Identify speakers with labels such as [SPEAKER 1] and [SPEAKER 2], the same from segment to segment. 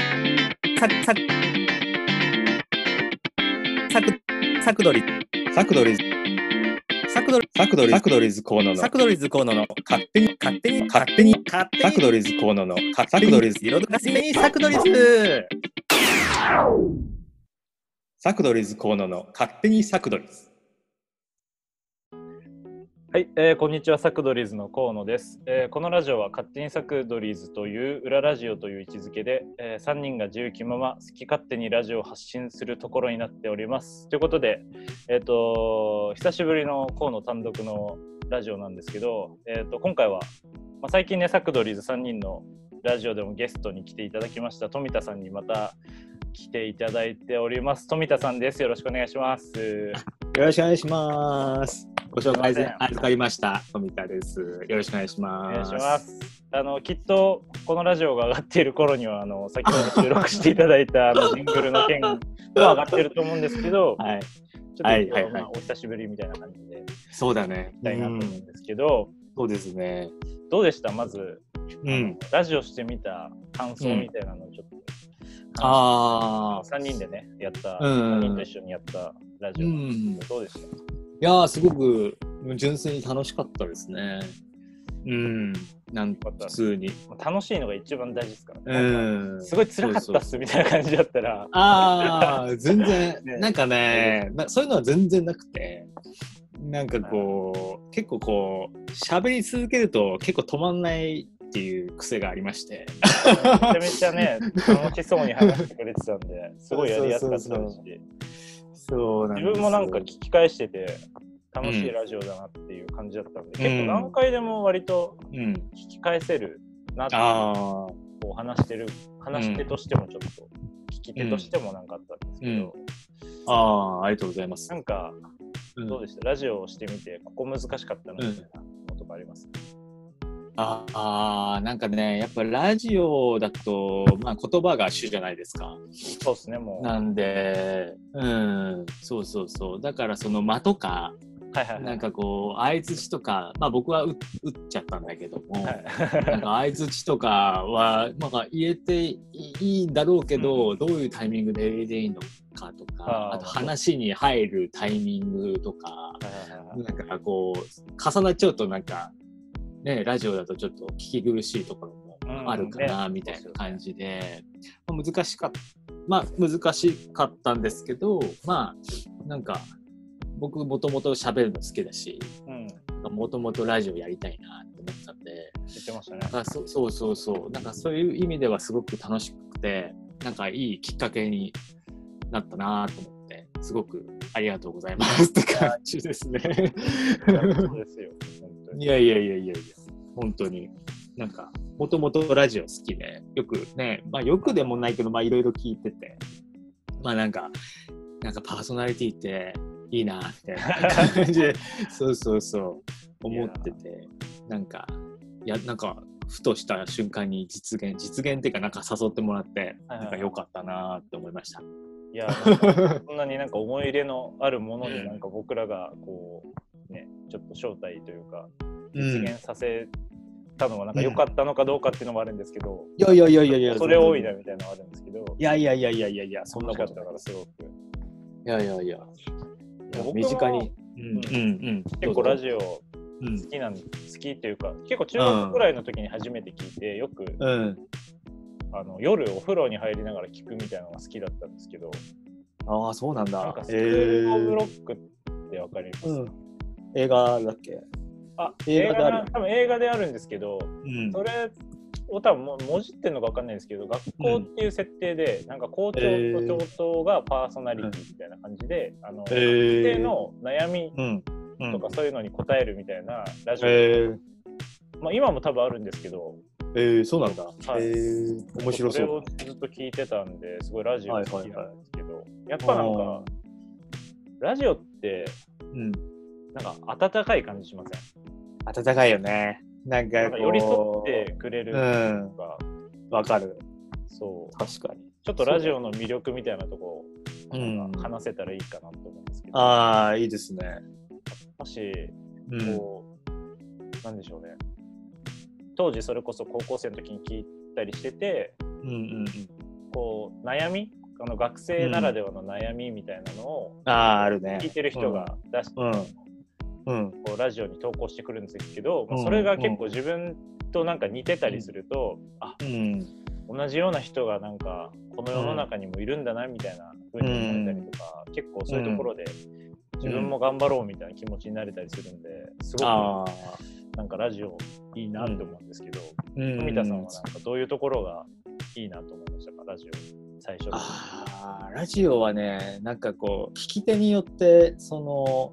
[SPEAKER 1] さ、さ、さく、さくどり、
[SPEAKER 2] サクドリズ、
[SPEAKER 1] さくどり、
[SPEAKER 2] サクドリズ、サクドリズ河野の
[SPEAKER 1] さくどりずこうのの、
[SPEAKER 2] 勝手に、
[SPEAKER 1] 勝手に、
[SPEAKER 2] 勝手に、
[SPEAKER 1] 勝手
[SPEAKER 2] サク
[SPEAKER 1] に、
[SPEAKER 2] ドリズ河野のかサクドリズ、
[SPEAKER 1] 彩らせにさくどりず
[SPEAKER 2] サクドリズ河野の勝手にサクドリズ。
[SPEAKER 3] はい、えーこんにちは、サクドリーズの河野です、えーこのラジオは勝手にサクドリーズという裏ラジオという位置づけで、え3人が自由気まま好き勝手にラジオを発信するところになっております。ということで、えっ、と、久しぶりの河野単独のラジオなんですけど、えっ、と、今回は、まあ、最近ね、サクドリーズ3人のラジオでもゲストに来ていただきました富田さんにまた来ていただいております。富田さんです。よろしくお願いします。
[SPEAKER 4] よろしくお願いします。ご紹介
[SPEAKER 3] すい
[SPEAKER 4] で
[SPEAKER 3] ません
[SPEAKER 4] 預かりました。富田です。よろしくお願いし
[SPEAKER 3] お
[SPEAKER 4] ます。
[SPEAKER 3] 願いします。あのきっとこのラジオが上がっている頃にはあの先ほど収録していただいたあのジングルの件も上がってると思うんですけど、
[SPEAKER 4] はい。
[SPEAKER 3] ちょっと、
[SPEAKER 4] はいはいはい
[SPEAKER 3] まあ、お久しぶりみたいな感じでいき
[SPEAKER 4] そうだね。
[SPEAKER 3] たいなと思うんですけど、
[SPEAKER 4] そうですね。
[SPEAKER 3] どうでしたまず、
[SPEAKER 4] う
[SPEAKER 3] あ
[SPEAKER 4] ん
[SPEAKER 3] の。ラジオしてみた感想みたいなのをちょっと、
[SPEAKER 4] ああ。
[SPEAKER 3] 3人でねやった、
[SPEAKER 4] うん
[SPEAKER 3] 3人と一緒にやったラジオなんですけど、どうでした
[SPEAKER 4] いやー、すごく純粋に楽しかったですね。うん。なん
[SPEAKER 3] か
[SPEAKER 4] か
[SPEAKER 3] った
[SPEAKER 4] 普通に。
[SPEAKER 3] まあ楽しいのが一番大事ですからね。
[SPEAKER 4] うん。
[SPEAKER 3] すごい辛かったっ
[SPEAKER 4] そうそう
[SPEAKER 3] すみたいな感じだったら、、
[SPEAKER 4] ああ、全然
[SPEAKER 3] ね
[SPEAKER 4] なんかね、なそういうのは全然なくて、なんかこう、結構こう、喋り続けると結構止まんないっていう癖がありまして。
[SPEAKER 3] めちゃめちゃね、楽しそうに話してくれてたんで、すごいやりやすかったし、
[SPEAKER 4] そうそうそうそうなん
[SPEAKER 3] 自
[SPEAKER 4] ですよ
[SPEAKER 3] 分もなんか聞き返してて、楽しいラジオだなっていう感じだったん
[SPEAKER 4] う
[SPEAKER 3] で、
[SPEAKER 4] ん
[SPEAKER 3] 結構何回でも割と
[SPEAKER 4] うん。
[SPEAKER 3] 聞き返せるなって、
[SPEAKER 4] ああ、
[SPEAKER 3] こう話してる、話し手としてもちょっと、聞き手としてもなんかあったんですけど、
[SPEAKER 4] ああ、ありがとうございます
[SPEAKER 3] な。んか
[SPEAKER 4] うん
[SPEAKER 3] どうでした、ラジオをしてみて、ここ難しかったなみたいなことがあります、
[SPEAKER 4] ああ、なんかね、やっぱラジオだと、まあ言葉が主じゃないですか。
[SPEAKER 3] そうですね、もう。
[SPEAKER 4] なんで、うん、そうそうそう。だからその間とか、
[SPEAKER 3] はいはいはい。
[SPEAKER 4] なんかこう、相槌とか、まあ僕は打打っちゃったんだけども、
[SPEAKER 3] はい、
[SPEAKER 4] なんか相槌とかは、なんか言えていいんだろうけど、どういうタイミングで入れていいのかとか、
[SPEAKER 3] あー
[SPEAKER 4] あと話に入るタイミングとか、
[SPEAKER 3] はいはいはい
[SPEAKER 4] なんかこう、重なっちゃうとなんか、ね、ラジオだとちょっと聞き苦しいところもあるかな、
[SPEAKER 3] うんね
[SPEAKER 4] みたいな感じで、まあ難しかった、まあ難しかったんですけど、まあ、なんか、僕もともと喋るの好きだし、
[SPEAKER 3] うん、言
[SPEAKER 4] もともとラジオやりたいなって思ってたんで、
[SPEAKER 3] ってまし たね。
[SPEAKER 4] なんかそそうそうそう、なんかそういう意味ではすごく楽しくて、なんかいいきっかけになったなと思って、すごくありがとうございますって感じですね。
[SPEAKER 3] いやそうですよ、本当 に。
[SPEAKER 4] いやいやいやいやいや、本当に。なんか、もともとラジオ好きで、よくね、まあよくでもないけど、まあいろいろ聞いてて、まあなんか、なんかパーソナリティっていいな、みたいな感じで、 そうそうそう、思ってて、なんか、いや、なんか、ふとした瞬間に実現、実現っていうか、なんか誘ってもらって、
[SPEAKER 3] はいはい
[SPEAKER 4] なんか良かったなって思いま した。
[SPEAKER 3] いや、なんかそんなになんか思い入れのあるものになんか僕らがこう、ね、ちょっと招待というか、実現させたのはなんか良かったのかどうかっていうのもあるんですけど、
[SPEAKER 4] いやいやいやいやいや、
[SPEAKER 3] それ多い
[SPEAKER 4] 全
[SPEAKER 3] な
[SPEAKER 4] 然
[SPEAKER 3] みたいなのはあるんですけど、
[SPEAKER 4] いやいやいやいやいやいや、そんな
[SPEAKER 3] 楽しか
[SPEAKER 4] こ
[SPEAKER 3] っ
[SPEAKER 4] と
[SPEAKER 3] た
[SPEAKER 4] ない
[SPEAKER 3] から
[SPEAKER 4] いや
[SPEAKER 3] すごく。
[SPEAKER 4] いやいや、
[SPEAKER 3] 僕も
[SPEAKER 4] 身近に。
[SPEAKER 3] ん
[SPEAKER 4] うん
[SPEAKER 3] 結構ラ
[SPEAKER 4] ジ
[SPEAKER 3] ジオ好
[SPEAKER 4] オ。うん。
[SPEAKER 3] きなん好きっていうか、結構中学ぐらいの時に初めて聞いて、よく
[SPEAKER 4] うん。
[SPEAKER 3] あの夜お風呂に入りながら聞くみたいなのが好きだったんですけど、
[SPEAKER 4] ああ、そうなん
[SPEAKER 3] なん
[SPEAKER 4] だ
[SPEAKER 3] か。スクールオブ
[SPEAKER 4] え
[SPEAKER 3] ロックってわかりますか、
[SPEAKER 4] うん。映画だっけ
[SPEAKER 3] あ映
[SPEAKER 4] 映
[SPEAKER 3] 画
[SPEAKER 4] 画
[SPEAKER 3] で
[SPEAKER 4] であ
[SPEAKER 3] ある
[SPEAKER 4] る
[SPEAKER 3] 多分映画であるんですけど、
[SPEAKER 4] うん
[SPEAKER 3] それを多分ももじってんのか分かんないんですけど学校っていう設定で、なんか校長
[SPEAKER 4] えー
[SPEAKER 3] と教頭がパーソナリティみたいな感じで、あの
[SPEAKER 4] え
[SPEAKER 3] 家
[SPEAKER 4] ー
[SPEAKER 3] 庭の悩み
[SPEAKER 4] うん。うん
[SPEAKER 3] とかそういうのに答えるみたいなラジオ、
[SPEAKER 4] えー
[SPEAKER 3] まあ、今も多分あるんですけど、
[SPEAKER 4] えー、そうなんだ。
[SPEAKER 3] はい
[SPEAKER 4] えー面白
[SPEAKER 3] そ
[SPEAKER 4] そ
[SPEAKER 3] れ
[SPEAKER 4] う
[SPEAKER 3] を。ずっと聞いてたんですごいラジオ好きなんですけど、やっぱなんかラジオって
[SPEAKER 4] うん。
[SPEAKER 3] なんか温かい感じしません
[SPEAKER 4] 暖かいよね。なん
[SPEAKER 3] な
[SPEAKER 4] か
[SPEAKER 3] んか
[SPEAKER 4] こう、
[SPEAKER 3] 寄り添ってくれると
[SPEAKER 4] うん
[SPEAKER 3] いうか、
[SPEAKER 4] わかる。
[SPEAKER 3] そう
[SPEAKER 4] 確かに。
[SPEAKER 3] ちょっとラジオの魅力みたいなとこを
[SPEAKER 4] うん
[SPEAKER 3] 話せたらいいかなと思うんですけど、
[SPEAKER 4] ああ、いいですね。
[SPEAKER 3] もし、
[SPEAKER 4] うん。
[SPEAKER 3] こう、なんでしょうね、当時それこそ高校生の時に聞いたりしてて、
[SPEAKER 4] うんうんうん。
[SPEAKER 3] こう悩みあの学生ならではの悩みみたいなのを
[SPEAKER 4] ああ、あるね。
[SPEAKER 3] 聞いてる人が出して、
[SPEAKER 4] うん。うん。
[SPEAKER 3] こうラジオに投稿してくるんですけど、まあ
[SPEAKER 4] うん
[SPEAKER 3] それが結構自分となんか似てたりすると、あ
[SPEAKER 4] うん。
[SPEAKER 3] 同じような人がなんかこの世の中にもいるんだなみたいな風に思えたりとか、結構そういうところで自分も頑張ろうみたいな気持ちになれたりするんですご
[SPEAKER 4] あ
[SPEAKER 3] く
[SPEAKER 4] あ。
[SPEAKER 3] なんかラジオいいなって思うんですけど、
[SPEAKER 4] うん
[SPEAKER 3] 富田さんはなんかどういうところがいいなと思いましたかラジオ最初
[SPEAKER 4] あーラジオはねなんかこう聞き手によってその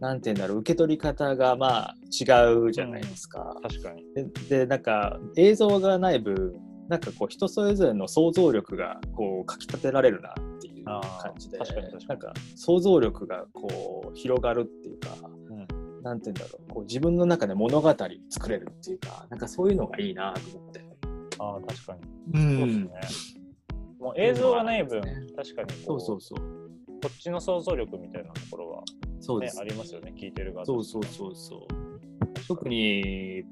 [SPEAKER 4] なんて言うんだろう受け取り方がまあ違うじゃないですか。
[SPEAKER 3] 確かに
[SPEAKER 4] ででなんか映像がない分なんかこう人それぞれの想像力がこうかきたてられるなっていう
[SPEAKER 3] あー
[SPEAKER 4] 感じで
[SPEAKER 3] 確かに確か
[SPEAKER 4] なん
[SPEAKER 3] に
[SPEAKER 4] か想像力がこう広がるっていうか。なんて言うんだろうこう自分の中で物語作れるっていうかなんかそういうのがいいなと思って、
[SPEAKER 3] ああ確かに
[SPEAKER 4] う
[SPEAKER 3] そうですね、もう映像がない分、確かにこ
[SPEAKER 4] そうそうそう
[SPEAKER 3] こっちの想像力みたいなところは
[SPEAKER 4] そうで
[SPEAKER 3] ね
[SPEAKER 4] す、
[SPEAKER 3] ありますよね、聞いてる側
[SPEAKER 4] そ
[SPEAKER 3] と
[SPEAKER 4] う
[SPEAKER 3] して
[SPEAKER 4] そうそうそう。特に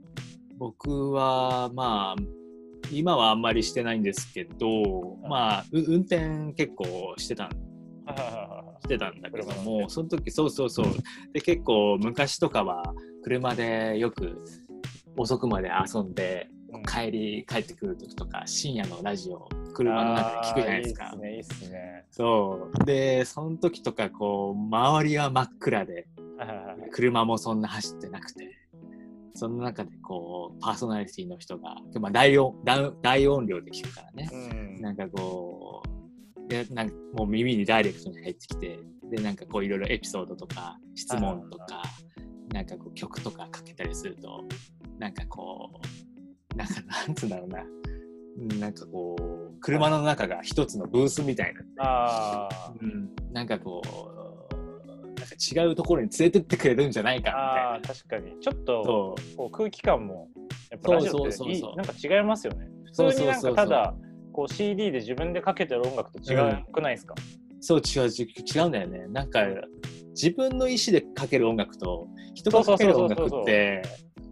[SPEAKER 4] 僕はまあ今はあんまりしてないんですけど、
[SPEAKER 3] はい
[SPEAKER 4] まあう運転結構してたん
[SPEAKER 3] はいはいはいはい
[SPEAKER 4] してたんだけど
[SPEAKER 3] 車の
[SPEAKER 4] も、その時そうそうそうで結構昔とかは車でよく遅くまで遊んで
[SPEAKER 3] うん
[SPEAKER 4] 帰り帰ってくる時とか深夜のラジオ車の中で聞くじゃないですか。
[SPEAKER 3] あーいいっすね、いいっすね。
[SPEAKER 4] そうでその時とかこう周りは真っ暗で
[SPEAKER 3] はいはいはいはい
[SPEAKER 4] 車もそんな走ってなくてその中でこうパーソナリティの人が、まあ、大音大大音量で聞くからね
[SPEAKER 3] う、ん
[SPEAKER 4] なんかこういやなんかもう耳にダイレクトに入ってきてでなんかこういろいろエピソードとか質問とかなんかこう曲とかかけたりするとなんかこうなんかなんつうんだろうなうんなんかこう車の中が一つのブースみたいな
[SPEAKER 3] あ
[SPEAKER 4] う
[SPEAKER 3] ー
[SPEAKER 4] んなんかこうなんか違うところに連れてってくれるんじゃないかみたい
[SPEAKER 3] あ
[SPEAKER 4] な
[SPEAKER 3] ー、確かに。ちょっと
[SPEAKER 4] そう
[SPEAKER 3] こう空気感も、やっぱラジオって
[SPEAKER 4] そうそうそ
[SPEAKER 3] い
[SPEAKER 4] う
[SPEAKER 3] い
[SPEAKER 4] そう
[SPEAKER 3] なんか違いますよね。
[SPEAKER 4] そ
[SPEAKER 3] 普
[SPEAKER 4] う
[SPEAKER 3] 通
[SPEAKER 4] そう
[SPEAKER 3] に
[SPEAKER 4] そう
[SPEAKER 3] な
[SPEAKER 4] そう
[SPEAKER 3] んかただ、こう CD で自分でかけてる音楽と違うくないですか、
[SPEAKER 4] そう違う違う違うんだよねなんか自分の意思でかける音楽と人
[SPEAKER 3] そう
[SPEAKER 4] が
[SPEAKER 3] そう
[SPEAKER 4] かける
[SPEAKER 3] そう
[SPEAKER 4] 音
[SPEAKER 3] そう
[SPEAKER 4] 楽って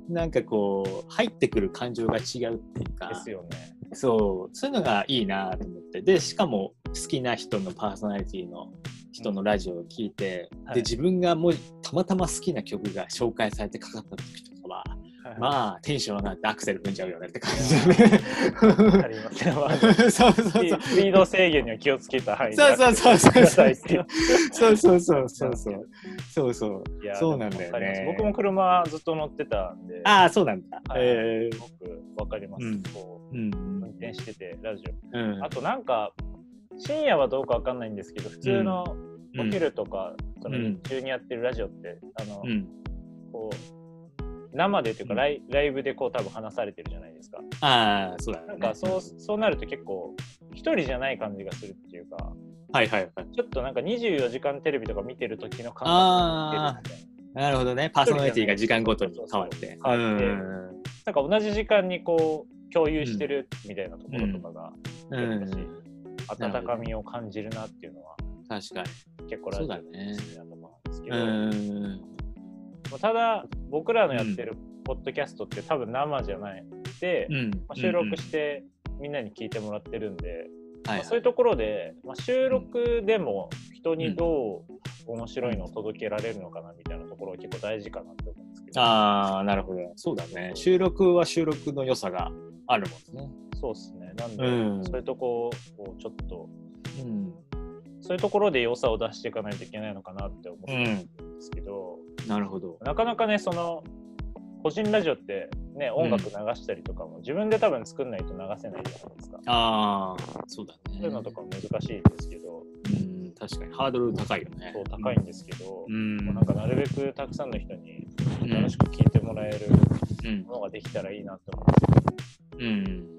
[SPEAKER 4] なんかこう入ってくる感情が違うっていうか
[SPEAKER 3] ですよね。
[SPEAKER 4] そうそういうのがいいなと思ってでしかも好きな人のパーソナリティの人のラジオを聞いて、
[SPEAKER 3] はい
[SPEAKER 4] で自分がもうたまたま好きな曲が紹介されてかかった時とかは
[SPEAKER 3] あ、
[SPEAKER 4] まあテンション上がってアクセル踏んじゃうよねって感じだね。
[SPEAKER 3] ありますね。まあ
[SPEAKER 4] そうそうそう。
[SPEAKER 3] スピード制限には気をつけた範囲で
[SPEAKER 4] そうそうそうそう
[SPEAKER 3] くださいって いう
[SPEAKER 4] そうそうそうそうそう。そうそう。
[SPEAKER 3] いや
[SPEAKER 4] そうなんだよね
[SPEAKER 3] わかります僕も車ずっと乗ってたんで、
[SPEAKER 4] ああ、そうなんだ。
[SPEAKER 3] はい
[SPEAKER 4] ええ
[SPEAKER 3] すごくわかります、
[SPEAKER 4] うん
[SPEAKER 3] こ
[SPEAKER 4] う
[SPEAKER 3] うん運転しててラジ
[SPEAKER 4] うん
[SPEAKER 3] オ。あとなんか深夜はどうかわかんないんですけど普通のお昼とか、その
[SPEAKER 4] うん
[SPEAKER 3] 日中にやってるラジオってあの、
[SPEAKER 4] うん。
[SPEAKER 3] こう生でというか、
[SPEAKER 4] うん
[SPEAKER 3] ライライブでこう多分話されてるじゃないですか
[SPEAKER 4] ああ、そうだね。
[SPEAKER 3] なんかそう,、そうなると結構一人じゃない感じがするっていうか
[SPEAKER 4] はいはいはい。
[SPEAKER 3] ちょっとなんか24時間テレビとか見てる時の感覚が
[SPEAKER 4] あ
[SPEAKER 3] 出てるみたいな
[SPEAKER 4] あ、なるほどね。パーソナリティが時間ごとに変わって。
[SPEAKER 3] そうそうそう変
[SPEAKER 4] わって。
[SPEAKER 3] なんか同じ時間にこう共有してるみたいなところとかが、
[SPEAKER 4] う
[SPEAKER 3] や
[SPEAKER 4] ん
[SPEAKER 3] っぱし。温かみを感じるなっていうのは
[SPEAKER 4] 確かに。
[SPEAKER 3] 結構ラジオの
[SPEAKER 4] そうだ
[SPEAKER 3] 好
[SPEAKER 4] ね
[SPEAKER 3] きなところなんですけ
[SPEAKER 4] う
[SPEAKER 3] ど、
[SPEAKER 4] ん。
[SPEAKER 3] まあただ僕らのやってるポッドキャストって多分生じゃないで、
[SPEAKER 4] うん
[SPEAKER 3] まあ、収録してみんなに聞いてもらってるんで、
[SPEAKER 4] は
[SPEAKER 3] ま
[SPEAKER 4] い
[SPEAKER 3] あ、そういうところで、まあ、収録でも人にどう面白いのを届けられるのかなみたいなところは結構大事かなって思うんですけど。
[SPEAKER 4] ああ、なるほど。そうだね。収録は収録の良さがあるもんね。
[SPEAKER 3] そうですね。なんで、
[SPEAKER 4] うん
[SPEAKER 3] そういうとこをちょっと
[SPEAKER 4] うん。
[SPEAKER 3] そういうところで良さを出していかないといけないのかなって思って
[SPEAKER 4] う
[SPEAKER 3] る
[SPEAKER 4] ん。
[SPEAKER 3] んですけど、
[SPEAKER 4] なるほど。
[SPEAKER 3] なかなかねその個人ラジオってね音楽流したりとかも、自分で多分作んないと流せないじゃないですか、
[SPEAKER 4] ああ、そうだね。
[SPEAKER 3] そういうのとかも難しいんですけど、
[SPEAKER 4] うん、確かにハードル高いよね。
[SPEAKER 3] そう高いんですけど、
[SPEAKER 4] うん。
[SPEAKER 3] もうなんかなるべくたくさんの人に
[SPEAKER 4] うん
[SPEAKER 3] 楽しく聞いてもらえる
[SPEAKER 4] うん
[SPEAKER 3] ものができたらいいなと思
[SPEAKER 4] うん。
[SPEAKER 3] うんですけど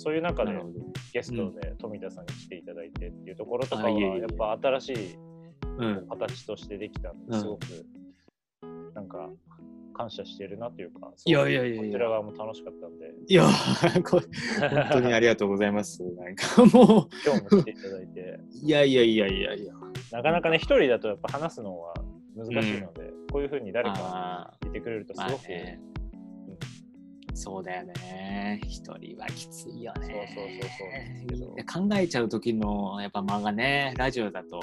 [SPEAKER 3] そういう中
[SPEAKER 4] な
[SPEAKER 3] で
[SPEAKER 4] るほど。
[SPEAKER 3] ゲストで富田さんに来ていただいてっていうところとか
[SPEAKER 4] あ
[SPEAKER 3] はい
[SPEAKER 4] えいえいえ
[SPEAKER 3] やっぱ新しい
[SPEAKER 4] うん。
[SPEAKER 3] 形としてできたん
[SPEAKER 4] う
[SPEAKER 3] で
[SPEAKER 4] ん
[SPEAKER 3] すごくなんか感謝してるなというか
[SPEAKER 4] いやいやいやいや
[SPEAKER 3] こちら側も楽しかったんで
[SPEAKER 4] いや、こ本当にありがとうございます。なんかも
[SPEAKER 3] 今日も来ていただいて
[SPEAKER 4] う、いやいやいやいやいや。
[SPEAKER 3] なかなかね一人だとやっぱ話すのは難しいので、こういうふうに誰か
[SPEAKER 4] あ
[SPEAKER 3] 聞いてくれるとす
[SPEAKER 4] ーまあ
[SPEAKER 3] ごく、
[SPEAKER 4] ね
[SPEAKER 3] うん
[SPEAKER 4] そうだよね。一人はきついよ
[SPEAKER 3] そうそう
[SPEAKER 4] ね。
[SPEAKER 3] そうそうですけど
[SPEAKER 4] 考えちゃう時のやっぱ間がね、ラジオだと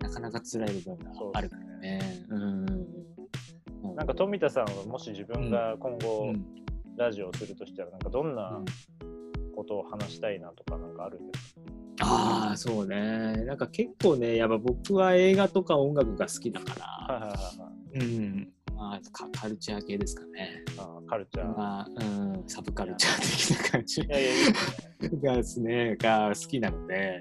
[SPEAKER 4] なかなか辛い部分があるからね。うん。う
[SPEAKER 3] なんか富田さんはもし自分が今
[SPEAKER 4] う
[SPEAKER 3] 後
[SPEAKER 4] ん
[SPEAKER 3] ラジオをするとしたらなんかどんな
[SPEAKER 4] うん
[SPEAKER 3] ことを話したいなとかなんかあるんですか、
[SPEAKER 4] ああ、そうね。なんか結構ね、やっぱ僕は映画とか音楽が好きだから、
[SPEAKER 3] はいはいはいはい
[SPEAKER 4] うん。まあ、カカルチャー系ですかね。
[SPEAKER 3] あーカルチャー。
[SPEAKER 4] まあ、うん、サブカルチャー的な感じ
[SPEAKER 3] いやいやいや
[SPEAKER 4] がですね、が好きなので、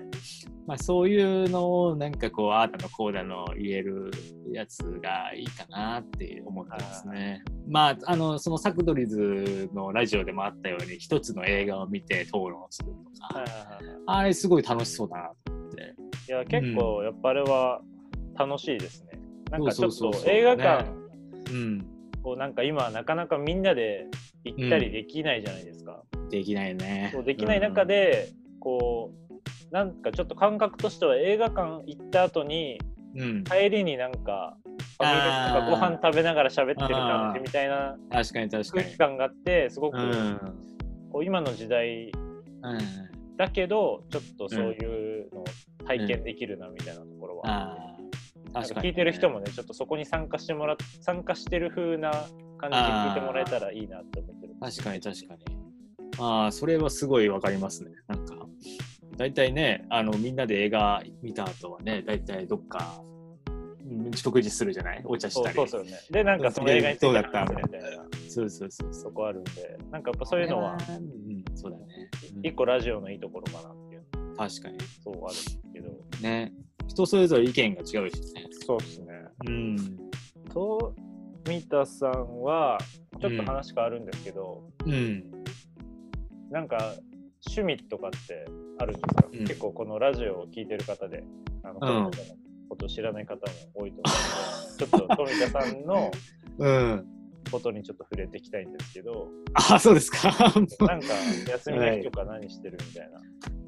[SPEAKER 4] まあそういうのをなんかこう、ああだのこうだの言えるやつがいいかなって思ってますね。まあ、あの、そのサクドリズのラジオでもあったように、一つの映画を見て討論すると
[SPEAKER 3] はい
[SPEAKER 4] か、
[SPEAKER 3] はいはいはい
[SPEAKER 4] あれすごい楽しそうだな。
[SPEAKER 3] いや結構やっぱあれは楽しいですね。なんかちょっ
[SPEAKER 4] そうそうそう
[SPEAKER 3] と
[SPEAKER 4] そう
[SPEAKER 3] 映画館
[SPEAKER 4] ねうん。
[SPEAKER 3] をなんか今なかなかみんなで行ったりできないじゃないですか。
[SPEAKER 4] できないね。
[SPEAKER 3] そうできない中でこうなんかちょっと感覚としては映画館行った後に
[SPEAKER 4] うん、うん
[SPEAKER 3] 帰りになんかファミレスとかご飯食べながら喋ってる感じみたいな
[SPEAKER 4] 確かに確か
[SPEAKER 3] 空
[SPEAKER 4] に
[SPEAKER 3] 気。感があってすごく
[SPEAKER 4] うん。
[SPEAKER 3] こう今の時代
[SPEAKER 4] うん、
[SPEAKER 3] だけどちょっとそういうのを体験できるなみたいなところは、
[SPEAKER 4] ああ、
[SPEAKER 3] なん
[SPEAKER 4] 確か
[SPEAKER 3] か
[SPEAKER 4] に、
[SPEAKER 3] 聞いてる人もねちょっとそこに参加してもらっ参加してる風な感じで聞いてもらえたらいいなって思ってる。
[SPEAKER 4] 確かに確かに。ああ、それはすごいわかりますね。なんか、大体ね、あの、みんなで映画見た後はね、大体どっか、うん食事するじゃないお茶し
[SPEAKER 3] そ
[SPEAKER 4] た
[SPEAKER 3] う
[SPEAKER 4] り。
[SPEAKER 3] そうですよね。で、なんかその映画について話すみたいな
[SPEAKER 4] そうそうそうそう
[SPEAKER 3] そこあるんで、なんかやっぱそういうのは、
[SPEAKER 4] うん、そうだね。うん
[SPEAKER 3] 一個ラジオのいいところかなっていう、
[SPEAKER 4] 確かに。
[SPEAKER 3] そうあるんですけど。
[SPEAKER 4] ね。人それぞれ意見が違うしね。
[SPEAKER 3] そうですね。
[SPEAKER 4] うん。
[SPEAKER 3] と、三田さんは、ちょっと話変わるんですけど、
[SPEAKER 4] うん。
[SPEAKER 3] なんか趣味とかってあるんですか、
[SPEAKER 4] うん
[SPEAKER 3] 結構このラジオを聞いてる方で、あの、
[SPEAKER 4] うん
[SPEAKER 3] 富田さんのことを知らない方も多いと 思うので、ちょっと富田さんの
[SPEAKER 4] うん。
[SPEAKER 3] ことにちょっと触れていきたいんですけど、
[SPEAKER 4] ああ、そうですか。
[SPEAKER 3] なんか休みの日とか何してるみたい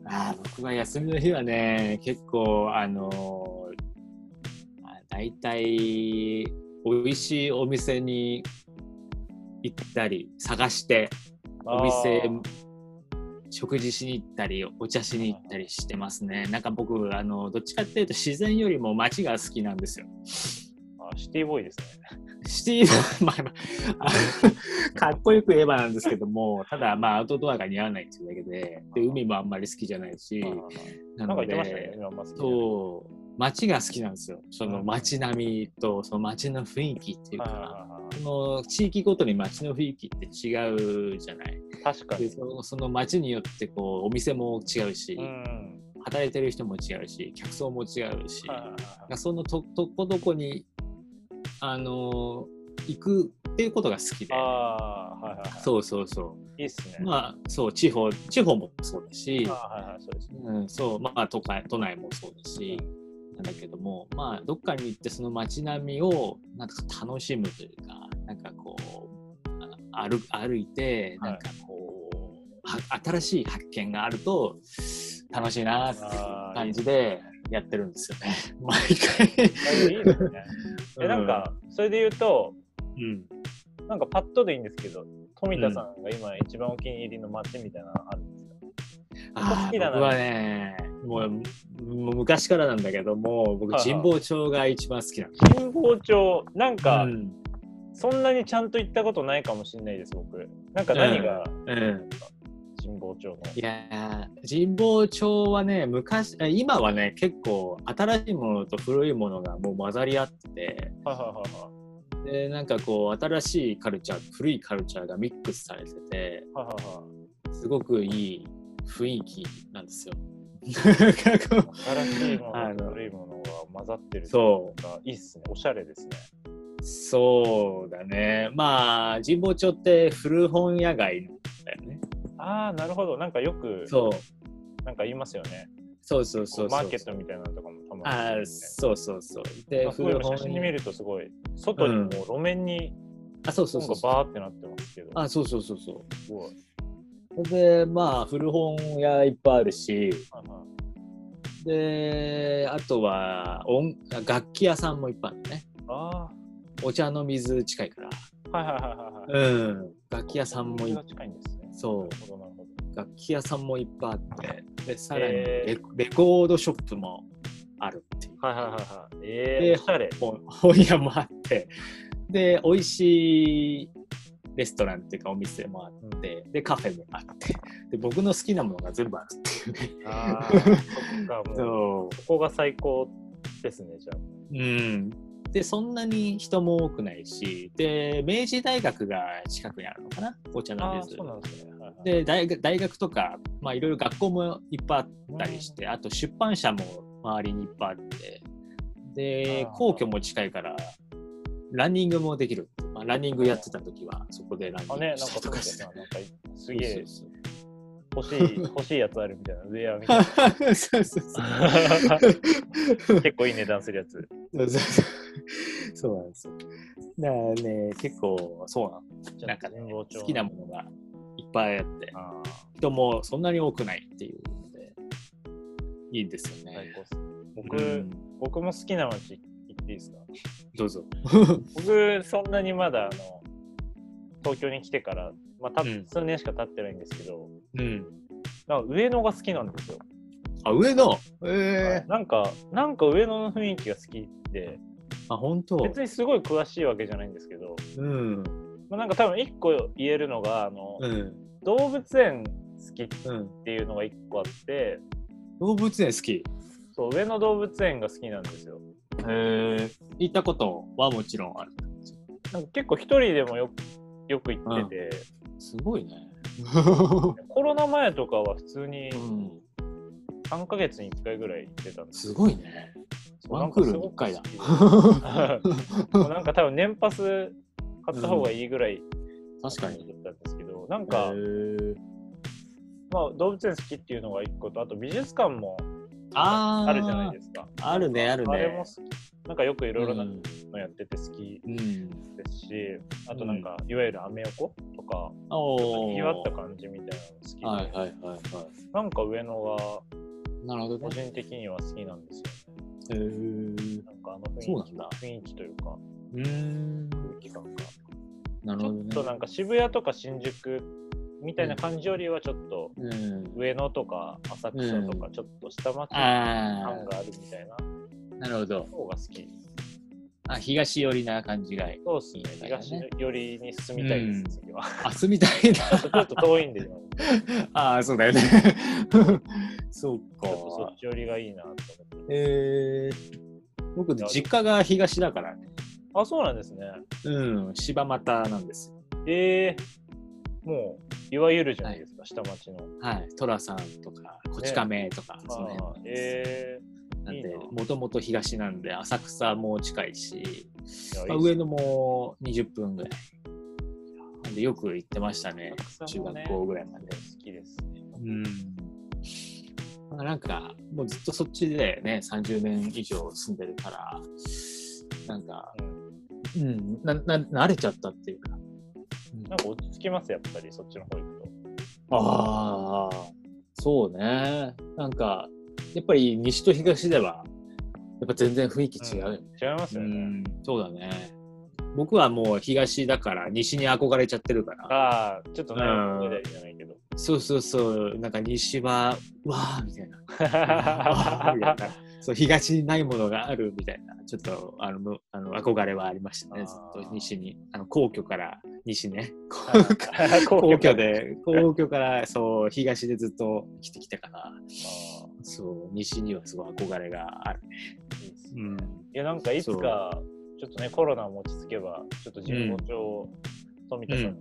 [SPEAKER 3] な。
[SPEAKER 4] ああ僕は休みの日はね結構あのーあ大体美味しいお店に行ったり探してお店
[SPEAKER 3] あー
[SPEAKER 4] 食事しに行ったりお茶しに行ったりしてますねなんか僕あのどっちかっていうと自然よりも街が好きなんですよ
[SPEAKER 3] あシティボーイですね。
[SPEAKER 4] シティ まあまああかっこよく言えばなんですけどもただまあアウトドアが似合わないっていうだけでで海もあんまり好きじゃないしな
[SPEAKER 3] なん
[SPEAKER 4] の
[SPEAKER 3] か言
[SPEAKER 4] で
[SPEAKER 3] ってましたね、今マスク
[SPEAKER 4] そう街が好きなんですよその
[SPEAKER 3] うん
[SPEAKER 4] 街並みとその街の雰囲気っていう
[SPEAKER 3] はい
[SPEAKER 4] か、
[SPEAKER 3] は
[SPEAKER 4] その地域ごとに街の雰囲気って違うじゃない
[SPEAKER 3] いはい確か
[SPEAKER 4] で
[SPEAKER 3] に。
[SPEAKER 4] そのその街によってこうお店も違うし、
[SPEAKER 3] うん。
[SPEAKER 4] 働いてる人も違うし客層も違うし、
[SPEAKER 3] はいはいは
[SPEAKER 4] なん
[SPEAKER 3] い
[SPEAKER 4] かそのととこどこにあの行くっていうことが好きで
[SPEAKER 3] ああ、はいはいは
[SPEAKER 4] そうそうそ
[SPEAKER 3] い。いいっすね。
[SPEAKER 4] うまあそう地方地方もそうだし、
[SPEAKER 3] あー、はいはい、そうですね。
[SPEAKER 4] うん、そう、まあ都会、都内もそうだし、なんだけども、まあ、どっかに行って、その街並みをなんか楽しむというか、なんかこう、あ歩歩いて、
[SPEAKER 3] はい
[SPEAKER 4] なんかこう、は新しい発見があると、楽しいなっていう感じでやってるんですよね、 毎回。
[SPEAKER 3] だいぶいいです ね。 え、なんか、それで言うと、
[SPEAKER 4] うん、
[SPEAKER 3] なんかパッとでいいんですけど、富田さんが今一番お気に入りの街みたいなのあるんですか、
[SPEAKER 4] あ
[SPEAKER 3] 好き
[SPEAKER 4] ー
[SPEAKER 3] だな
[SPEAKER 4] 僕はね、もう、もう昔からなんだけども、僕、
[SPEAKER 3] はいはい
[SPEAKER 4] 神保町が一番好きなん
[SPEAKER 3] 神保町、なんか、
[SPEAKER 4] うん
[SPEAKER 3] そんなにちゃんと行ったことないかもしれないです、僕。なんか何が
[SPEAKER 4] うん
[SPEAKER 3] 神保町の。
[SPEAKER 4] いやー神保町はね昔え今はね結構新しいものと古いものがもう混ざり合って
[SPEAKER 3] はいはいはいはい
[SPEAKER 4] てでなんかこう新しいカルチャー古いカルチャーがミックスされてて
[SPEAKER 3] はいはいはい
[SPEAKER 4] すごくいい雰囲気なんですよ。 なんかこ
[SPEAKER 3] 新しいも
[SPEAKER 4] あ
[SPEAKER 3] のと
[SPEAKER 4] の
[SPEAKER 3] 古いものが混ざってる
[SPEAKER 4] うそ
[SPEAKER 3] なんかいいっすね。おしゃれですね。
[SPEAKER 4] うそうだねまあ神保町って古本屋街なんだよね。
[SPEAKER 3] ああ、なるほど。なんかよく、
[SPEAKER 4] そう
[SPEAKER 3] なんか言いますよね。
[SPEAKER 4] そうそうそうそう
[SPEAKER 3] こうマーケットみたいなのとかもたまに
[SPEAKER 4] あ
[SPEAKER 3] るん
[SPEAKER 4] ー
[SPEAKER 3] です
[SPEAKER 4] そうそうそう。
[SPEAKER 3] ね
[SPEAKER 4] で
[SPEAKER 3] なんかそういうの写真で見るとすごい、外にもう路面に
[SPEAKER 4] あそうそ
[SPEAKER 3] な
[SPEAKER 4] うんそ
[SPEAKER 3] か
[SPEAKER 4] うそう。
[SPEAKER 3] バーってなってますけど、
[SPEAKER 4] あそうそうそうそう。
[SPEAKER 3] すごい。
[SPEAKER 4] それでまあ古本屋いっぱいあるし
[SPEAKER 3] はいはい
[SPEAKER 4] であとは音楽器屋さんもいっぱいあるね
[SPEAKER 3] あ
[SPEAKER 4] お茶の水近いから
[SPEAKER 3] あ、はいはいはいはいははい。
[SPEAKER 4] うん。楽器屋さんもい
[SPEAKER 3] が近いんですね。
[SPEAKER 4] そう
[SPEAKER 3] なるほど、なるほど。
[SPEAKER 4] 楽器屋さんもいっぱいあって、で、さらにレ,、
[SPEAKER 3] え
[SPEAKER 4] レコードショップもあるっていう。
[SPEAKER 3] はいはいはいはい。え
[SPEAKER 4] で
[SPEAKER 3] ー、おしゃれ。
[SPEAKER 4] 本本屋もあって、で、美味しいレストランっていうかお店もあ って、で、カフェもあって、で、僕の好きなものが全部あるっていうね。
[SPEAKER 3] ああ、そっか、もう、
[SPEAKER 4] そ
[SPEAKER 3] ここが最高ですね、じゃ
[SPEAKER 4] う。うん。で、そんなに人も多くないし、で、明治大学が近くにあるのかな、紅茶
[SPEAKER 3] あ。
[SPEAKER 4] の
[SPEAKER 3] あ
[SPEAKER 4] レ
[SPEAKER 3] あ、
[SPEAKER 4] ーズ
[SPEAKER 3] そうなんですね。はいはい、
[SPEAKER 4] で大学大学とか、まあ、いろいろ学校もいっぱいあったりして、あと出版社も周りにいっぱいあってで
[SPEAKER 3] あー
[SPEAKER 4] 皇居も近いからランニングもできる、まあ、ランニングやってた時はそこでランニ
[SPEAKER 3] あ
[SPEAKER 4] ン
[SPEAKER 3] ね、なん
[SPEAKER 4] グ
[SPEAKER 3] か
[SPEAKER 4] した
[SPEAKER 3] そ
[SPEAKER 4] とかして
[SPEAKER 3] うですね。なんか、す
[SPEAKER 4] そう
[SPEAKER 3] げえ
[SPEAKER 4] そう
[SPEAKER 3] 欲 しい、欲しいやつあるみたいな、ウェアみたい
[SPEAKER 4] そうそう そうそう
[SPEAKER 3] な。結構いい値段するやつ。
[SPEAKER 4] そうそうそうそうなんですよだからね結構そうなん
[SPEAKER 3] じゃあ
[SPEAKER 4] なんかね
[SPEAKER 3] 神保町
[SPEAKER 4] 好きなものがいっぱいあって
[SPEAKER 3] あ
[SPEAKER 4] 人もそんなに多くないっていうのでいいんですよ
[SPEAKER 3] ー
[SPEAKER 4] ね、
[SPEAKER 3] 最高っす僕、
[SPEAKER 4] うん
[SPEAKER 3] 僕も好きな街行っていいですか
[SPEAKER 4] どうぞ
[SPEAKER 3] 僕、そんなにまだ、あの、東京に来てから、まあ、た
[SPEAKER 4] うん
[SPEAKER 3] 数年しか経ってないんですけど、
[SPEAKER 4] うん
[SPEAKER 3] なんか上野が好きなんですよ。
[SPEAKER 4] あ、上野え
[SPEAKER 3] はいなんか、なんか上野の雰囲気が好きで、
[SPEAKER 4] あ、本当
[SPEAKER 3] 別にすごい詳しいわけじゃないんですけど、
[SPEAKER 4] うん。
[SPEAKER 3] まあ、なんか多分一個言えるのが、あの、
[SPEAKER 4] うん。
[SPEAKER 3] 動物園好きっ
[SPEAKER 4] うん。
[SPEAKER 3] ていうのが一個あって、
[SPEAKER 4] 動物園好き。
[SPEAKER 3] そう、上野動物園が好きなんですよ。
[SPEAKER 4] へえ。行ったことはもちろんある。
[SPEAKER 3] なんか結構一人でもよくよく行ってて、
[SPEAKER 4] すごいね。
[SPEAKER 3] コロナ前とかは普通に
[SPEAKER 4] うん。
[SPEAKER 3] 3ヶ月に1回ぐらい行ってたんです
[SPEAKER 4] すごい ね。
[SPEAKER 3] そう
[SPEAKER 4] ワ
[SPEAKER 3] なん
[SPEAKER 4] ン
[SPEAKER 3] か
[SPEAKER 4] クー
[SPEAKER 3] す
[SPEAKER 4] ル
[SPEAKER 3] ご
[SPEAKER 4] に1
[SPEAKER 3] く
[SPEAKER 4] 回だ。
[SPEAKER 3] 好きでもうなんか多分年パス買った方がいいぐらい
[SPEAKER 4] 確かに。
[SPEAKER 3] だったんですけど、なんか、まあ、動物園好きっていうのが一個とあと美術館も
[SPEAKER 4] あー
[SPEAKER 3] あるじゃないですか
[SPEAKER 4] あるね、あるね。
[SPEAKER 3] あれも好きなんかよくいろいろな
[SPEAKER 4] うん
[SPEAKER 3] のやってて好き
[SPEAKER 4] うん。
[SPEAKER 3] ですし、あとなんか、いわゆるアメ横とか
[SPEAKER 4] お
[SPEAKER 3] にぎわった
[SPEAKER 4] か
[SPEAKER 3] 感じみたいなの好きで、
[SPEAKER 4] はいはいはいは
[SPEAKER 3] なんか上野が
[SPEAKER 4] い。なるほど
[SPEAKER 3] 個
[SPEAKER 4] ね。
[SPEAKER 3] 人的には好きなんですよね
[SPEAKER 4] へー
[SPEAKER 3] なんかあの雰囲気
[SPEAKER 4] そうなんだ
[SPEAKER 3] 雰囲気というか
[SPEAKER 4] うーん。
[SPEAKER 3] 空気感が
[SPEAKER 4] なる
[SPEAKER 3] ち
[SPEAKER 4] ほ
[SPEAKER 3] ょ
[SPEAKER 4] ど
[SPEAKER 3] っ
[SPEAKER 4] ね
[SPEAKER 3] と。なんか渋谷とか新宿みたいな感じよりはちょっと
[SPEAKER 4] うん。
[SPEAKER 3] 上野とか浅草とかちょっと下町感
[SPEAKER 4] あ
[SPEAKER 3] があるみたいな
[SPEAKER 4] あ、なるほど。
[SPEAKER 3] 方が好き。
[SPEAKER 4] あ、東寄りな感じがいい。
[SPEAKER 3] そうですね
[SPEAKER 4] いい。ですね
[SPEAKER 3] 東寄りに進みたいです、次は。
[SPEAKER 4] あ、住みたいな。
[SPEAKER 3] ちょっと遠いんで、今もちょっ
[SPEAKER 4] ああ、そうだよね。 そうか。
[SPEAKER 3] とそっち寄りがいいなと思って。
[SPEAKER 4] えー、僕、実家が東だからね。
[SPEAKER 3] あ、そうなんですね。
[SPEAKER 4] うん、柴又なんですよ。
[SPEAKER 3] えー、もう、いわゆるじゃないですか、下町の。
[SPEAKER 4] はい。寅さんとか、こち亀とか、その辺
[SPEAKER 3] あ
[SPEAKER 4] な
[SPEAKER 3] ー
[SPEAKER 4] んです。
[SPEAKER 3] え
[SPEAKER 4] なん
[SPEAKER 3] いい
[SPEAKER 4] で
[SPEAKER 3] な、
[SPEAKER 4] もともと東なんで、浅草も近いし、
[SPEAKER 3] ー、いやいい
[SPEAKER 4] まあ
[SPEAKER 3] です
[SPEAKER 4] 上野も20分ぐらい。なんで、よく行ってましたね。中
[SPEAKER 3] 浅草もね
[SPEAKER 4] 学校ぐらいまで。
[SPEAKER 3] 好きですね。
[SPEAKER 4] うん。まあなんか、もうずっとそっちでね、30年以上住んでるから、なんか、うん、な、な、慣れちゃったっていうか。
[SPEAKER 3] なんか落ち着きます、やっぱり、そっちの方行くと。
[SPEAKER 4] ああ、そうね。なんか、やっぱり西と東では、やっぱ全然雰囲気違うよね。
[SPEAKER 3] 違いますよね。
[SPEAKER 4] うんそうだね。僕はもう東だから西に憧れちゃってるから。
[SPEAKER 3] ああ、ちょっとね、
[SPEAKER 4] うん
[SPEAKER 3] 世代じゃな いけど。
[SPEAKER 4] そうそうそう、なんか西は、わーみたい な。
[SPEAKER 3] あ
[SPEAKER 4] そう東にないものがあるみたいなちょっとあのむあの憧れはありましたねずっと西にあの皇居から西 ね
[SPEAKER 3] ー
[SPEAKER 4] 皇居。で皇居からそう東でずっと生きてきたから
[SPEAKER 3] あ
[SPEAKER 4] そう西にはすごい憧れがある、
[SPEAKER 3] ーいいっすねいや、なんかいつか、ちょっとね、コロナも落ち着けば、ちょっと神保町、富田さんに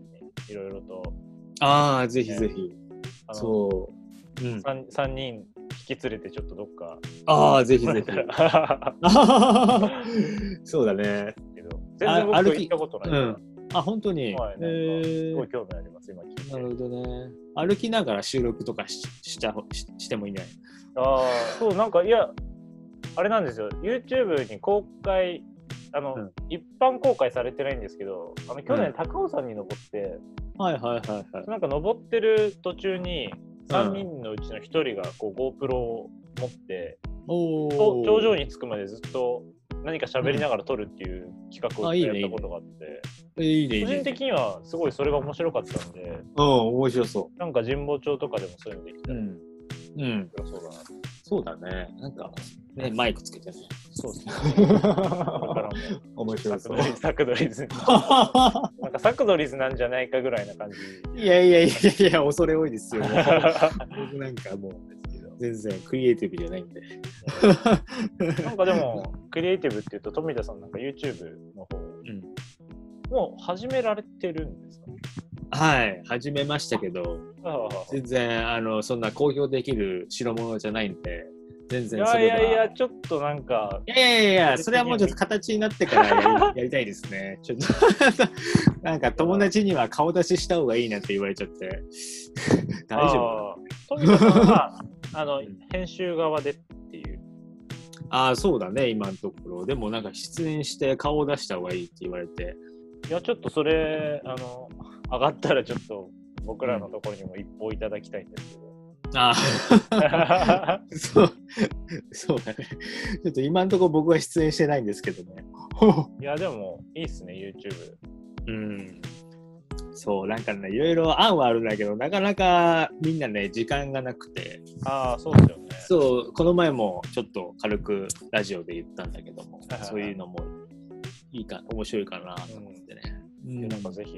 [SPEAKER 3] いろいろと、
[SPEAKER 4] ああぜひぜひ、
[SPEAKER 3] あの
[SPEAKER 4] そう、うん、
[SPEAKER 3] 三三人引き連れて、ちょっとどっか、
[SPEAKER 4] ああぜひぜひ
[SPEAKER 3] ら
[SPEAKER 4] そうだね
[SPEAKER 3] けど、全然僕
[SPEAKER 4] あ歩
[SPEAKER 3] 行
[SPEAKER 4] き
[SPEAKER 3] ったことないうから、
[SPEAKER 4] んあ本当に、
[SPEAKER 3] はいなんか
[SPEAKER 4] え
[SPEAKER 3] す
[SPEAKER 4] ー
[SPEAKER 3] ごい興味あります、今聞いて。
[SPEAKER 4] なるほどね。歩きながら収録とかししちゃほししてもいいんじゃない
[SPEAKER 3] ああ、そう、なんか、いや、あれなんですよ、YouTube に公開、あの、
[SPEAKER 4] うん
[SPEAKER 3] 一般公開されてないんですけど、あの去
[SPEAKER 4] う
[SPEAKER 3] 年、
[SPEAKER 4] ん
[SPEAKER 3] 高尾山に登って、
[SPEAKER 4] はいはいはいはい。
[SPEAKER 3] なんか登ってる途中に、3人のうちの1人がこう GoPro を持って、
[SPEAKER 4] お
[SPEAKER 3] と
[SPEAKER 4] お
[SPEAKER 3] 頂上に着くまでずっと何か喋りながら撮るっていう企画
[SPEAKER 4] あ
[SPEAKER 3] を
[SPEAKER 4] いい
[SPEAKER 3] やっ
[SPEAKER 4] ね
[SPEAKER 3] たことがあって、
[SPEAKER 4] えいいねいい
[SPEAKER 3] 個
[SPEAKER 4] ね
[SPEAKER 3] 人的にはすごいそれが面白かったんで、
[SPEAKER 4] うん面白そ
[SPEAKER 3] なんか神保町とかでもそういうのでき
[SPEAKER 4] う
[SPEAKER 3] た
[SPEAKER 4] う
[SPEAKER 3] ら面
[SPEAKER 4] んうん
[SPEAKER 3] 白そうだな。
[SPEAKER 4] そうだねなんかねマイクつけてね
[SPEAKER 3] そうですね。だから
[SPEAKER 4] 面
[SPEAKER 3] もう、
[SPEAKER 4] 白
[SPEAKER 3] サク
[SPEAKER 4] そ
[SPEAKER 3] ド
[SPEAKER 4] う
[SPEAKER 3] リサクドリズ、なんかサクドリズなんじゃないかぐらいな 感 じ。
[SPEAKER 4] いやいやいやいや恐れ多いですよもう 僕なんかもう全然クリエイティブじゃないんで
[SPEAKER 3] なんかでも、クリエイティブっていうと、富田さんなんか YouTube の方、
[SPEAKER 4] ん
[SPEAKER 3] もう始められてるんですか
[SPEAKER 4] はい始めましたけど
[SPEAKER 3] あ
[SPEAKER 4] 全然あのそんな公表できる代物じゃないんで全
[SPEAKER 3] あい
[SPEAKER 4] 然そ
[SPEAKER 3] や
[SPEAKER 4] れ
[SPEAKER 3] い
[SPEAKER 4] は
[SPEAKER 3] やいや、ちょっとなんか、
[SPEAKER 4] いやいやいや、それはもうちょっと形になってからやり やりたいですね。ちょっと なんか友達には顔出しした方がいいなって言われちゃって。 大丈夫
[SPEAKER 3] 夫富田さんは、あの
[SPEAKER 4] うん、
[SPEAKER 3] 編集側でっていう。
[SPEAKER 4] ああ、そうだね、今のところ。でもなんか出演して顔を出した方がいいって言われて。
[SPEAKER 3] いや、ちょっとそれ、あの、上がったらちょっと、僕らのところにも一報いただきたいんですけ ど。
[SPEAKER 4] ああ、そう、そうだね。ちょっと今のところ僕は出演してないんですけどね。
[SPEAKER 3] いや、でも、いいっすね、YouTube。
[SPEAKER 4] うん。そう、なんかね、いろいろ案はあるんだけど、なかなかみんなね、時間がなくて。
[SPEAKER 3] ああ、そうですよね。
[SPEAKER 4] そう、この前もちょっと軽くラジオで言ったんだけども
[SPEAKER 3] はいはいは、い
[SPEAKER 4] そういうのもいいか、面白いかなと思ってね。うん
[SPEAKER 3] なんかぜひ、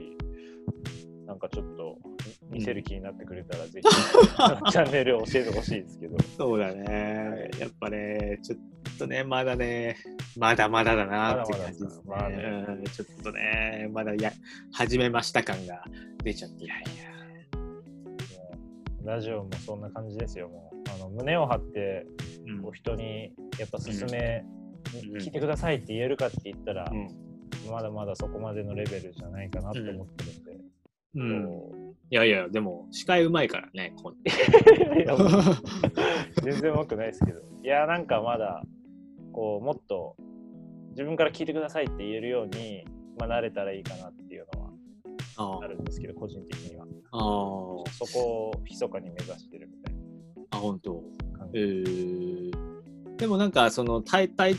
[SPEAKER 3] なんかちょっと見せる気になってくれたら、ぜひ、 チャンネルを教えてほしいですけど。
[SPEAKER 4] そうだね。やっぱね、ちょっとね、まだね、まだまだだなっていう感じですね。
[SPEAKER 3] まだまだです
[SPEAKER 4] うんちょっとね、まだや始めました感が出ちゃってる。
[SPEAKER 3] もうラジオもそんな感じですよ、もう。あの胸を張って、
[SPEAKER 4] うん
[SPEAKER 3] お人にやっぱ勧め、
[SPEAKER 4] うん
[SPEAKER 3] 聞いてくださいって言えるかって言ったら、
[SPEAKER 4] うん
[SPEAKER 3] まだまだそこまでのレベルじゃないかなと思ってるんで。
[SPEAKER 4] うん
[SPEAKER 3] こ
[SPEAKER 4] いやいや、でも、司会うまいからね、こん
[SPEAKER 3] ういやもう全然うまくないですけど。いや、なんかまだ、こう、もっと自分から聞いてくださいって言えるように、まあ、慣れたらいいかなっていうのは
[SPEAKER 4] あ
[SPEAKER 3] あるんですけど、個人的には。
[SPEAKER 4] あ、あ
[SPEAKER 3] そこを密かに目指してるみたい
[SPEAKER 4] あ、本当。
[SPEAKER 3] な感
[SPEAKER 4] え
[SPEAKER 3] じ。
[SPEAKER 4] ー、でもなんかそのタイタイ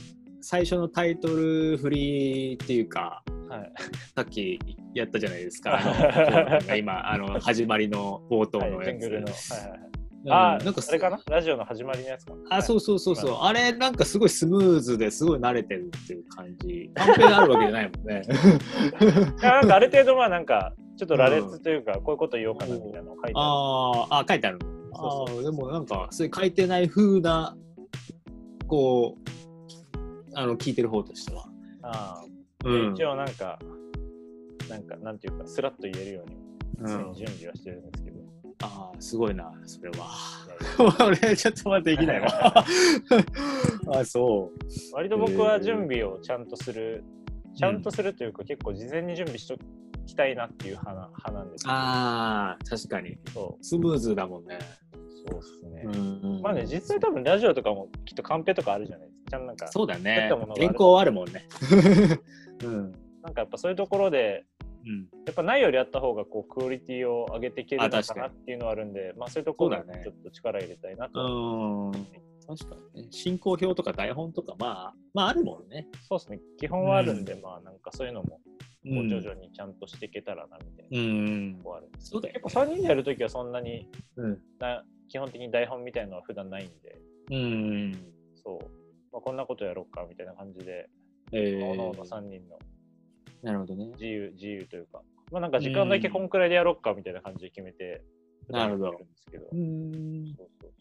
[SPEAKER 4] 最初のタイトルフリーっていうか
[SPEAKER 3] はい。
[SPEAKER 4] さっきやったじゃないですかあ
[SPEAKER 3] はい
[SPEAKER 4] の今あの始まりの冒頭の
[SPEAKER 3] ジ
[SPEAKER 4] や
[SPEAKER 3] ン
[SPEAKER 4] つ、
[SPEAKER 3] グルの。はいはいは
[SPEAKER 4] う
[SPEAKER 3] い
[SPEAKER 4] ん
[SPEAKER 3] ああ、
[SPEAKER 4] なんか
[SPEAKER 3] あれかなラジオの始まりのやつかな。。
[SPEAKER 4] あそううそうそうそう、あれなんかすごいスムーズですごい慣れてるっていう感じカンペがあるわけじゃないもん ね
[SPEAKER 3] いやなんかある程度、まあなんか、ちょっと羅列というか、こういうこと言おうかなみたいなのを書いてあ
[SPEAKER 4] あーあ書いてあるそ
[SPEAKER 3] そ
[SPEAKER 4] うそうでもなんかそういう書いてない風なこうあの聞いてる方としては、
[SPEAKER 3] る。あ
[SPEAKER 4] う
[SPEAKER 3] ー
[SPEAKER 4] ん
[SPEAKER 3] 一応なんか、なんか、なんていうか、スラッと言えるように、
[SPEAKER 4] うん
[SPEAKER 3] 準備はしてるんですけど。
[SPEAKER 4] ああ、すごいな、それは。
[SPEAKER 3] いやいや
[SPEAKER 4] 俺、ちょっとまだできないわ。あそう。
[SPEAKER 3] 割と僕は準備をちゃんとする、ちゃんとするというか、結構事前に準備しときたいなっていう派な派なんですけど
[SPEAKER 4] ああ、確かに。
[SPEAKER 3] そ
[SPEAKER 4] スムーズだもんね。
[SPEAKER 3] うそうですね。
[SPEAKER 4] ん
[SPEAKER 3] まあね、実際多分ラジオとかもきっとカンペとかあるじゃないですか。ちゃんなんか、
[SPEAKER 4] そうだ
[SPEAKER 3] 作っ
[SPEAKER 4] ね
[SPEAKER 3] たものがあ。る
[SPEAKER 4] 原稿あるもんね。うん。
[SPEAKER 3] なんかやっぱそういうところで、
[SPEAKER 4] うん。
[SPEAKER 3] やっぱないよりあった方がこうクオリティを上げていけるの
[SPEAKER 4] あ
[SPEAKER 3] か
[SPEAKER 4] 確
[SPEAKER 3] な
[SPEAKER 4] か
[SPEAKER 3] っていうのはあるんで、まあそういうところ
[SPEAKER 4] そうだ
[SPEAKER 3] に
[SPEAKER 4] ね
[SPEAKER 3] ちょっと力入れたいなと。
[SPEAKER 4] うん。確かにね。進行表とか台本とか、まあ、まああるもんね。
[SPEAKER 3] そうですね、基本はあるんで、まあなんかそういうのもこう
[SPEAKER 4] うん
[SPEAKER 3] 徐々にちゃんとしていけたらなみたいな
[SPEAKER 4] う。ん
[SPEAKER 3] と。こあるんです
[SPEAKER 4] そうだよ
[SPEAKER 3] 結構3人でやるときはそんなに
[SPEAKER 4] うん。
[SPEAKER 3] な基本的に台本みたいのは普段ないんで、
[SPEAKER 4] うん。
[SPEAKER 3] そう、まあ、こんなことやろうかみたいな感じで、
[SPEAKER 4] え
[SPEAKER 3] おのお
[SPEAKER 4] ー
[SPEAKER 3] の3人の
[SPEAKER 4] なるほどね。
[SPEAKER 3] 自由自由というか、まあなんか時間だけこんくらいでやろうかみたいな感じで決めて、
[SPEAKER 4] うんなるほど
[SPEAKER 3] 普段やってんですけど、
[SPEAKER 4] うん。
[SPEAKER 3] そうそう